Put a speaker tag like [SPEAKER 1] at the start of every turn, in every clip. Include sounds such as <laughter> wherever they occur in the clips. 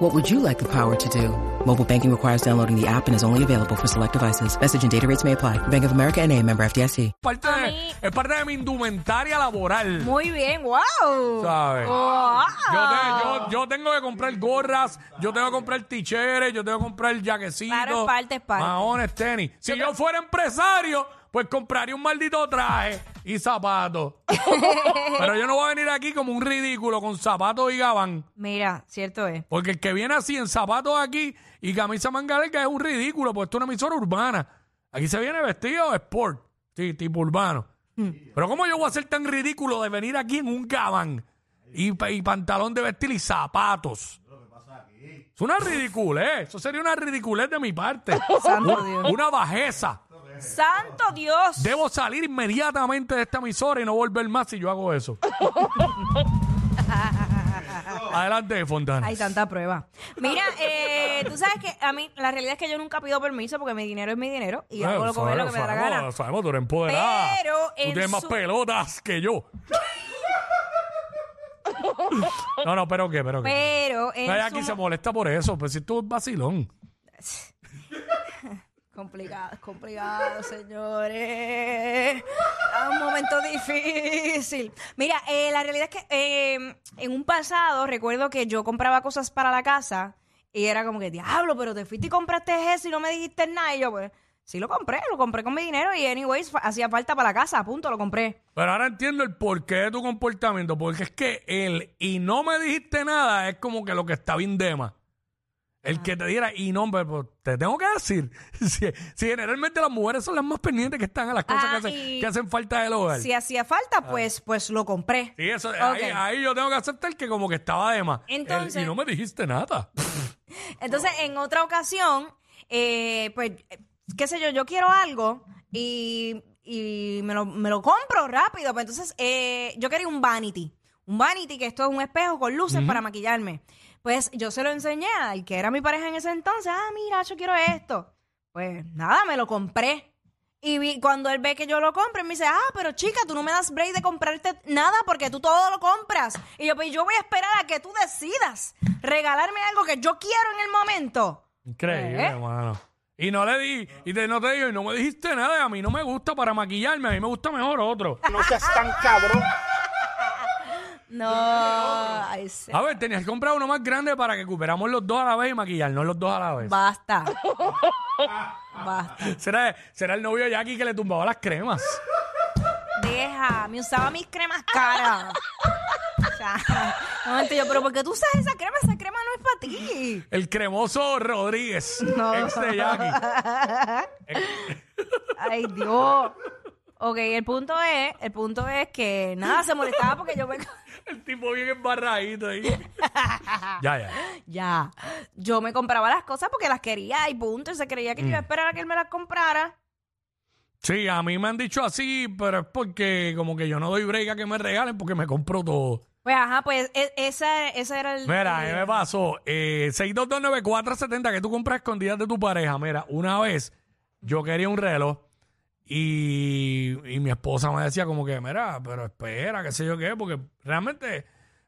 [SPEAKER 1] What would you like the power to do? Mobile banking requires downloading the app and is only available for select devices. Message and data rates may apply. Bank of America and a member FDIC.
[SPEAKER 2] parte
[SPEAKER 3] A
[SPEAKER 2] de,
[SPEAKER 3] mí-
[SPEAKER 2] es parte de mi indumentaria laboral.
[SPEAKER 3] Muy bien, wow.
[SPEAKER 2] ¿Sabes?
[SPEAKER 3] Wow.
[SPEAKER 2] Yo, te- yo- yo tengo que comprar gorras, yo tengo que comprar ticheres, yo tengo que comprar jaquecitos,
[SPEAKER 3] Claro, es parte, es parte.
[SPEAKER 2] mahones, tenis. Si yo fuera empresario, pues compraría un maldito traje y
[SPEAKER 3] <laughs>
[SPEAKER 2] zapatos. Pero yo no voy a venir aquí como un ridículo con zapatos y gabán.
[SPEAKER 3] Mira, cierto es.
[SPEAKER 2] Porque el que viene así en zapatos aquí y camisa manga larga es un ridículo, porque esto es una emisora urbana. Aquí se viene vestido de sport, sí, tipo urbano.
[SPEAKER 3] Mm.
[SPEAKER 2] Pero ¿cómo yo voy a ser tan ridículo de venir aquí en un gabán y, pa- y pantalón de vestir y zapatos? Es una ridiculez, eso sería una ridiculez de mi parte.
[SPEAKER 3] <laughs> Santo Dios.
[SPEAKER 2] Una bajeza.
[SPEAKER 3] Santo Dios.
[SPEAKER 2] Debo salir inmediatamente de esta emisora y no volver más si yo hago
[SPEAKER 3] <laughs>
[SPEAKER 2] eso. Adelante, Fontana.
[SPEAKER 3] Hay tanta prueba.
[SPEAKER 2] <laughs>
[SPEAKER 3] Mira, eh, tú sabes que a mí la realidad es que yo nunca pido permiso porque mi dinero es mi dinero y hago lo que, me- lo que me da la
[SPEAKER 2] sabemos,
[SPEAKER 3] gana.
[SPEAKER 2] sabemos, tú eres empoderada.
[SPEAKER 3] Pero
[SPEAKER 2] tú
[SPEAKER 3] en
[SPEAKER 2] tienes más
[SPEAKER 3] su-
[SPEAKER 2] pelotas que
[SPEAKER 3] <laughs>
[SPEAKER 2] yo. no, no, pero qué, pero qué.
[SPEAKER 3] Pero en
[SPEAKER 2] Nadie aquí
[SPEAKER 3] su-
[SPEAKER 2] se molesta por eso, pues si tú es vacilón.
[SPEAKER 3] Complicado, complicado, señores. A un momento difícil. Mira, eh, la realidad es que eh, en un pasado recuerdo que yo compraba cosas para la casa y era como que, diablo, pero te fuiste y compraste eso y no me dijiste nada. Y yo, pues, sí lo compré, lo compré con mi dinero y, anyways, fa- hacía falta para la casa, punto, lo compré.
[SPEAKER 2] Pero ahora entiendo el porqué de tu comportamiento, porque es que el y no me dijiste nada es como que lo que está bien dema. El
[SPEAKER 3] Ah.
[SPEAKER 2] que te diera y no, pero te tengo que decir. <laughs> Si, si generalmente las mujeres son las más pendientes que están a las cosas
[SPEAKER 3] Ah,
[SPEAKER 2] que, hacen,
[SPEAKER 3] y-
[SPEAKER 2] que hacen falta del hogar.
[SPEAKER 3] Si hacía falta, pues, pues lo compré.
[SPEAKER 2] Sí, eso,
[SPEAKER 3] Ok.
[SPEAKER 2] ahí, ahí yo tengo que aceptar que como que estaba de más.
[SPEAKER 3] Entonces-
[SPEAKER 2] El- y no me dijiste nada.
[SPEAKER 3] Entonces, en otra ocasión, eh, pues, eh, qué sé yo, yo quiero algo y, y me, lo, me lo compro rápido. Pues, entonces, eh, yo quería un vanity. Un vanity, que esto es un espejo con luces para maquillarme. Pues yo se lo enseñé al que era mi pareja en ese entonces. Ah, mira, yo quiero esto. Pues nada, me lo compré. Y vi- cuando él ve que yo lo compro, él me dice, ah, pero chica, tú no me das break de comprarte nada porque tú todo lo compras. Y yo, pues yo voy a esperar a que tú decidas regalarme algo que yo quiero en el momento.
[SPEAKER 2] Increíble,
[SPEAKER 3] ¿Eh?
[SPEAKER 2] hermano. Y no le di, y te, no te digo, y no me dijiste nada, y a mí no me gusta para maquillarme, a mí me gusta mejor otro.
[SPEAKER 4] No seas tan cabrón.
[SPEAKER 3] No, ay, se-
[SPEAKER 2] A ver, tenías que comprar uno más grande para que cooperamos los dos a la vez y maquillarnos los dos a la vez.
[SPEAKER 3] basta. basta.
[SPEAKER 2] Será, será el novio de Jackie que le tumbaba las cremas.
[SPEAKER 3] Deja, me usaba mis cremas caras. O sea, un momento, yo, pero ¿por qué tú usas esa crema? Esa crema no es para ti.
[SPEAKER 2] El cremoso Rodríguez, ex de
[SPEAKER 3] <laughs>
[SPEAKER 2] Jackie.
[SPEAKER 3] Ay, Dios. Ok, el punto es, el punto es que nada, se molestaba porque yo me...
[SPEAKER 2] El tipo bien embarradito
[SPEAKER 3] <laughs>
[SPEAKER 2] ahí. ya, ya.
[SPEAKER 3] Ya, yo me compraba las cosas porque las quería y punto. Y se creía que yo iba
[SPEAKER 2] Mm.
[SPEAKER 3] a esperar a que él me las comprara.
[SPEAKER 2] Sí, a mí me han dicho así, pero es porque como que yo no doy brega que me regalen porque me compro todo.
[SPEAKER 3] Pues ajá, pues e- esa, ese era el...
[SPEAKER 2] Mira, a
[SPEAKER 3] el-
[SPEAKER 2] mí me pasó eh, 6229470 que tú compras escondidas de tu pareja. Mira, una vez yo quería un reloj y, y mi esposa me decía como que, mira, pero espera, qué sé yo qué, porque realmente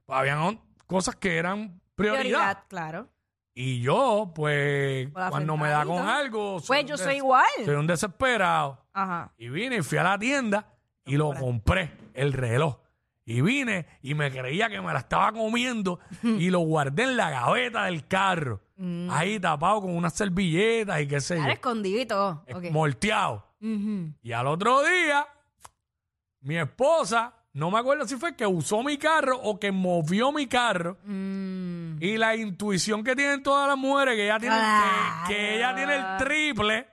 [SPEAKER 2] habían on- cosas que eran prioridad.
[SPEAKER 3] prioridad, claro.
[SPEAKER 2] Y yo, pues,
[SPEAKER 3] Por la
[SPEAKER 2] cuando me da con
[SPEAKER 3] sentadita.
[SPEAKER 2] algo... soy
[SPEAKER 3] Pues
[SPEAKER 2] un
[SPEAKER 3] yo
[SPEAKER 2] des-
[SPEAKER 3] soy igual.
[SPEAKER 2] Soy un desesperado.
[SPEAKER 3] Ajá.
[SPEAKER 2] Y vine y fui a la tienda y lo compré, el reloj. Y vine y me creía que me la estaba comiendo y lo guardé en la gaveta del carro. Ahí tapado con unas servilletas y qué sé
[SPEAKER 3] Mm. Claro,
[SPEAKER 2] yo.
[SPEAKER 3] escondido y todo. Ok.
[SPEAKER 2] Molteado.
[SPEAKER 3] Ujú.
[SPEAKER 2] Y al otro día, mi esposa, no me acuerdo si fue que usó mi carro o que movió mi carro.
[SPEAKER 3] Mm.
[SPEAKER 2] Y la intuición que tienen todas las mujeres, que ella tiene,
[SPEAKER 3] Claro.
[SPEAKER 2] que, que ella tiene el triple.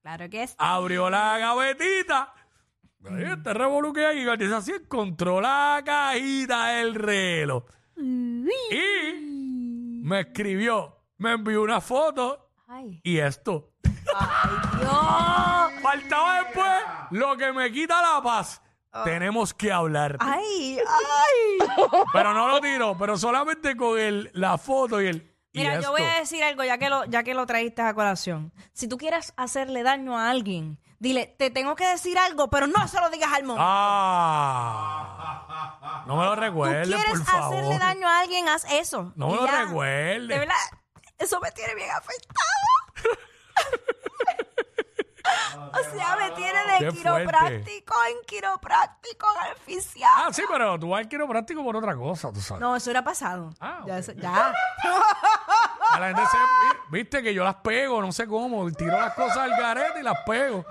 [SPEAKER 3] Claro que es.
[SPEAKER 2] abrió la gavetita. Ahí
[SPEAKER 3] Mm.
[SPEAKER 2] Este revolú que hay, y dice así, encontró la cajita del reloj. Y me escribió, me envió una foto
[SPEAKER 3] Ay.
[SPEAKER 2] y esto.
[SPEAKER 3] Ay, Dios.
[SPEAKER 2] Faltaba después lo que me quita la paz. Tenemos que hablar.
[SPEAKER 3] Ah. Ay, ay.
[SPEAKER 2] Pero no lo tiro, pero solamente con el, la foto y el. <laughs> y
[SPEAKER 3] Mira, yo
[SPEAKER 2] esto.
[SPEAKER 3] voy a decir algo ya que, lo, ya que lo trajiste a colación. Si tú quieres hacerle daño a alguien, dile, te tengo que decir algo, pero no se lo digas al mundo.
[SPEAKER 2] Ah. No me lo
[SPEAKER 3] tú
[SPEAKER 2] recuerdes,
[SPEAKER 3] quieres
[SPEAKER 2] por favor.
[SPEAKER 3] hacerle daño a alguien, haz eso.
[SPEAKER 2] No me
[SPEAKER 3] Y
[SPEAKER 2] lo
[SPEAKER 3] ya.
[SPEAKER 2] recuerdes.
[SPEAKER 3] De verdad, eso me tiene bien afectada. o sea, me tiene de
[SPEAKER 2] Qué
[SPEAKER 3] quiropráctico en quiropráctico en el fisiado.
[SPEAKER 2] Ah, sí, pero tú vas al quiropráctico por otra cosa, tú sabes.
[SPEAKER 3] No, eso era pasado.
[SPEAKER 2] Ah,
[SPEAKER 3] ya,
[SPEAKER 2] ok.
[SPEAKER 3] eso- ya.
[SPEAKER 2] A la gente se. vi- Viste que yo las pego, no sé cómo. Tiro las cosas al garete y las pego.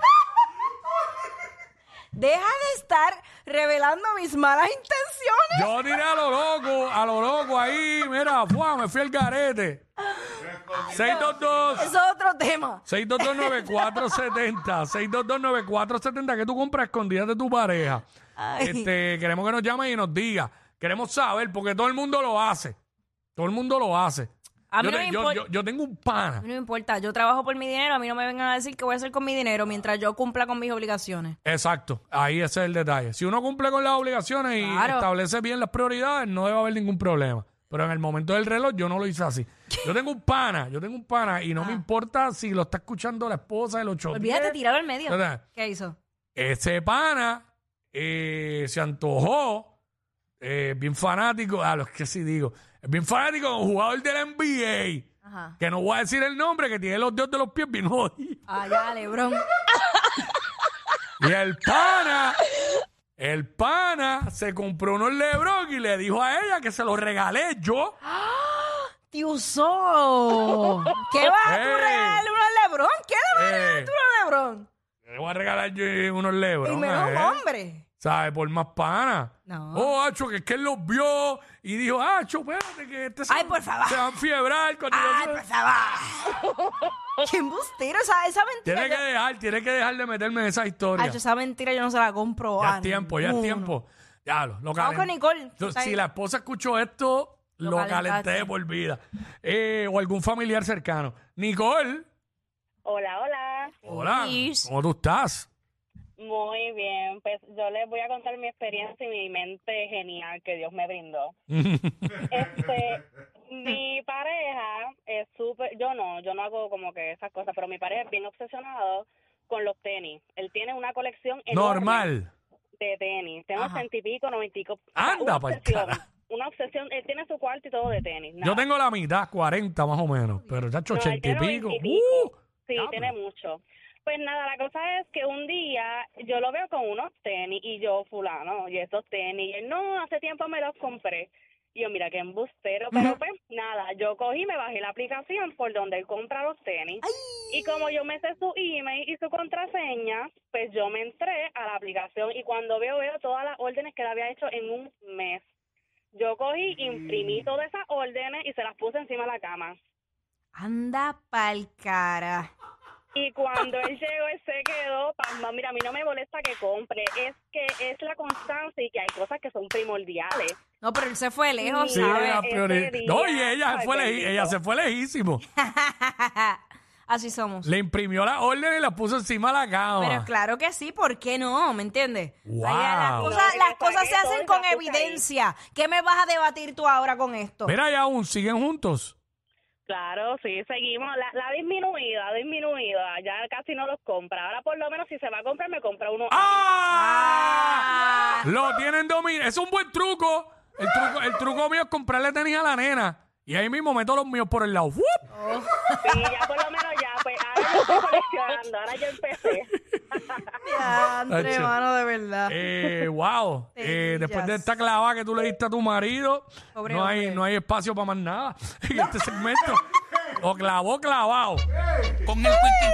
[SPEAKER 3] Deja de estar revelando mis malas intenciones.
[SPEAKER 2] Yo tiré a lo loco, a lo loco ahí. Mira, ¡fua! me fui al garete. 622.
[SPEAKER 3] Eso es otro tema.
[SPEAKER 2] 6229470, 6229470, que tú compras escondidas de tu pareja.
[SPEAKER 3] Ay.
[SPEAKER 2] Este, queremos que nos llame y nos diga. Queremos saber, porque todo el mundo lo hace. Todo el mundo lo hace.
[SPEAKER 3] A mí
[SPEAKER 2] yo, te-
[SPEAKER 3] no me
[SPEAKER 2] yo-
[SPEAKER 3] impor-
[SPEAKER 2] yo- yo tengo un pana.
[SPEAKER 3] A mí no me importa, yo trabajo por mi dinero, a mí no me vengan a decir qué voy a hacer con mi dinero mientras yo cumpla con mis obligaciones.
[SPEAKER 2] Exacto, ahí ese es el detalle. Si uno cumple con las obligaciones y
[SPEAKER 3] Claro.
[SPEAKER 2] establece bien las prioridades, no debe haber ningún problema. Pero en el momento del reloj yo no lo hice así. Yo tengo un pana, yo tengo un pana y no me importa si lo está escuchando la esposa del 8.
[SPEAKER 3] Ah. Olvídate, tirado al medio.
[SPEAKER 2] ¿Verdad?
[SPEAKER 3] ¿Qué hizo?
[SPEAKER 2] Ese pana eh, se antojó, eh, bien fanático, a los que sí digo, es bien fanático de un jugador del NBA,
[SPEAKER 3] Ajá.
[SPEAKER 2] que no voy a decir el nombre, que tiene los dedos de los pies bien jodidos.
[SPEAKER 3] Ah, ya, Lebrón.
[SPEAKER 2] Y el pana, el pana se compró unos Lebron y le dijo a ella que se los regalé yo.
[SPEAKER 3] ¡Te usó! ¿Qué vas a tú
[SPEAKER 2] Ey.
[SPEAKER 3] regalarle uno al Lebrón? ¿Qué le vas a regalar
[SPEAKER 2] Eh.
[SPEAKER 3] tú a Lebrón?
[SPEAKER 2] Le voy a regalar yo unos Lebron. eh.
[SPEAKER 3] Y
[SPEAKER 2] a
[SPEAKER 3] menos
[SPEAKER 2] él.
[SPEAKER 3] hombre.
[SPEAKER 2] ¿Sabes? Por más pana.
[SPEAKER 3] No.
[SPEAKER 2] Oh, Acho, que es que él los vio y dijo, Acho, espérate, que este se,
[SPEAKER 3] Ay, por favor.
[SPEAKER 2] se va a enfiebrar. cuando yo-
[SPEAKER 3] ¡Ay, por favor! ¡Qué embustero! Esa, esa mentira.
[SPEAKER 2] Tiene que dejar, tiene que dejar de meterme en esa historia.
[SPEAKER 3] Ay, yo esa mentira yo no se la compro.
[SPEAKER 2] ya
[SPEAKER 3] a
[SPEAKER 2] es tiempo, ya es
[SPEAKER 3] ninguno.
[SPEAKER 2] tiempo. Ya, lo, lo
[SPEAKER 3] Vamos con
[SPEAKER 2] calen-
[SPEAKER 3] Nicole, que
[SPEAKER 2] Yo-
[SPEAKER 3] está ahí.
[SPEAKER 2] si la esposa escuchó esto,
[SPEAKER 3] Lo
[SPEAKER 2] lo,
[SPEAKER 3] calentaste.
[SPEAKER 2] calenté por vida. Eh, o algún familiar cercano. Nicole,
[SPEAKER 4] Hola, hola.
[SPEAKER 2] hola.
[SPEAKER 3] Luis.
[SPEAKER 2] ¿Cómo tú estás?
[SPEAKER 4] Muy bien, pues yo les voy a contar mi experiencia y mi mente genial que Dios me
[SPEAKER 2] <laughs>
[SPEAKER 4] brindó. Este, mi pareja es súper, yo no, yo no hago como que esas cosas, pero mi pareja es bien obsesionado con los tenis. Él tiene una colección enorme
[SPEAKER 2] Normal.
[SPEAKER 4] de tenis. Tengo
[SPEAKER 3] Ajá.
[SPEAKER 4] ciento y pico, noventa y pico.
[SPEAKER 2] Anda
[SPEAKER 4] una
[SPEAKER 2] pa'l
[SPEAKER 4] obsesión,
[SPEAKER 2] cara.
[SPEAKER 4] Una obsesión, él tiene su cuarto y todo de tenis. nada.
[SPEAKER 2] Yo tengo la mitad, 40 más o menos. Pero ya
[SPEAKER 4] No, él
[SPEAKER 2] 80 y
[SPEAKER 4] tiene
[SPEAKER 2] pico.
[SPEAKER 4] 20 y pico.
[SPEAKER 2] Uh,
[SPEAKER 4] Sí,
[SPEAKER 2] diablo.
[SPEAKER 4] tiene mucho. Pues nada, la cosa es que un día yo lo veo con unos tenis y yo, fulano, y esos tenis, y él, no, hace tiempo me los compré. Y yo, mira, qué embustero, pero pues nada, yo cogí, me bajé la aplicación por donde él compra los tenis. Y como yo me sé su email y su contraseña, pues yo me entré a la aplicación y cuando veo, veo todas las órdenes que le había hecho en un mes. Yo cogí, imprimí todas esas órdenes y se las puse encima de la cama.
[SPEAKER 3] Anda pa'l cara.
[SPEAKER 4] Y cuando él llegó, él se quedó, pamba, mira, a mí no me molesta que compre, es que es la constancia y que hay cosas que son primordiales.
[SPEAKER 3] No, pero él se fue lejos,
[SPEAKER 2] Sí,
[SPEAKER 4] ¿sabes?
[SPEAKER 2] la
[SPEAKER 4] Ese
[SPEAKER 2] priori-
[SPEAKER 4] este día-
[SPEAKER 2] No, y ella se,
[SPEAKER 4] Ay,
[SPEAKER 2] fue leji-
[SPEAKER 4] bendito.
[SPEAKER 2] ella se fue lejísimo.
[SPEAKER 3] <laughs> Así somos.
[SPEAKER 2] Le imprimió la orden y la puso encima de la cama.
[SPEAKER 3] Pero claro que sí, ¿por qué no? ¿Me entiendes?
[SPEAKER 2] Ah. Wow.
[SPEAKER 3] Ay, Las
[SPEAKER 4] No,
[SPEAKER 3] cosas,
[SPEAKER 4] que
[SPEAKER 3] las
[SPEAKER 4] le
[SPEAKER 3] cosas
[SPEAKER 4] saqué
[SPEAKER 3] se hacen
[SPEAKER 4] todo y
[SPEAKER 3] con
[SPEAKER 4] la puse ahí.
[SPEAKER 3] evidencia. ¿Qué me vas a debatir tú ahora con esto?
[SPEAKER 2] Mira, y aún siguen juntos.
[SPEAKER 4] Claro, sí, seguimos, la, la disminuida, disminuida, ya casi no los compra, ahora por lo menos si se va a comprar, me compra uno.
[SPEAKER 2] ¡Ah!
[SPEAKER 3] Ah.
[SPEAKER 2] Lo tienen dominado. Es un buen truco. El truco, el truco mío es comprarle tenis a la nena. Y ahí mismo meto los míos por el lado. ¡Wup!
[SPEAKER 4] Sí, ya por lo menos ya, pues ahora yo estoy coleccionando, ahora yo empecé.
[SPEAKER 3] Diantre,
[SPEAKER 2] Hacho.
[SPEAKER 3] mano, de verdad.
[SPEAKER 2] Eh,
[SPEAKER 3] <laughs>
[SPEAKER 2] wow. Eh,
[SPEAKER 3] Tenis.
[SPEAKER 2] después de esta clavada que tú le diste a tu marido,
[SPEAKER 3] Pobre
[SPEAKER 2] no, hay,
[SPEAKER 3] hombre.
[SPEAKER 2] no hay espacio <laughs> para más nada en este segmento. O clavó, clavado.
[SPEAKER 5] Con el cuerpo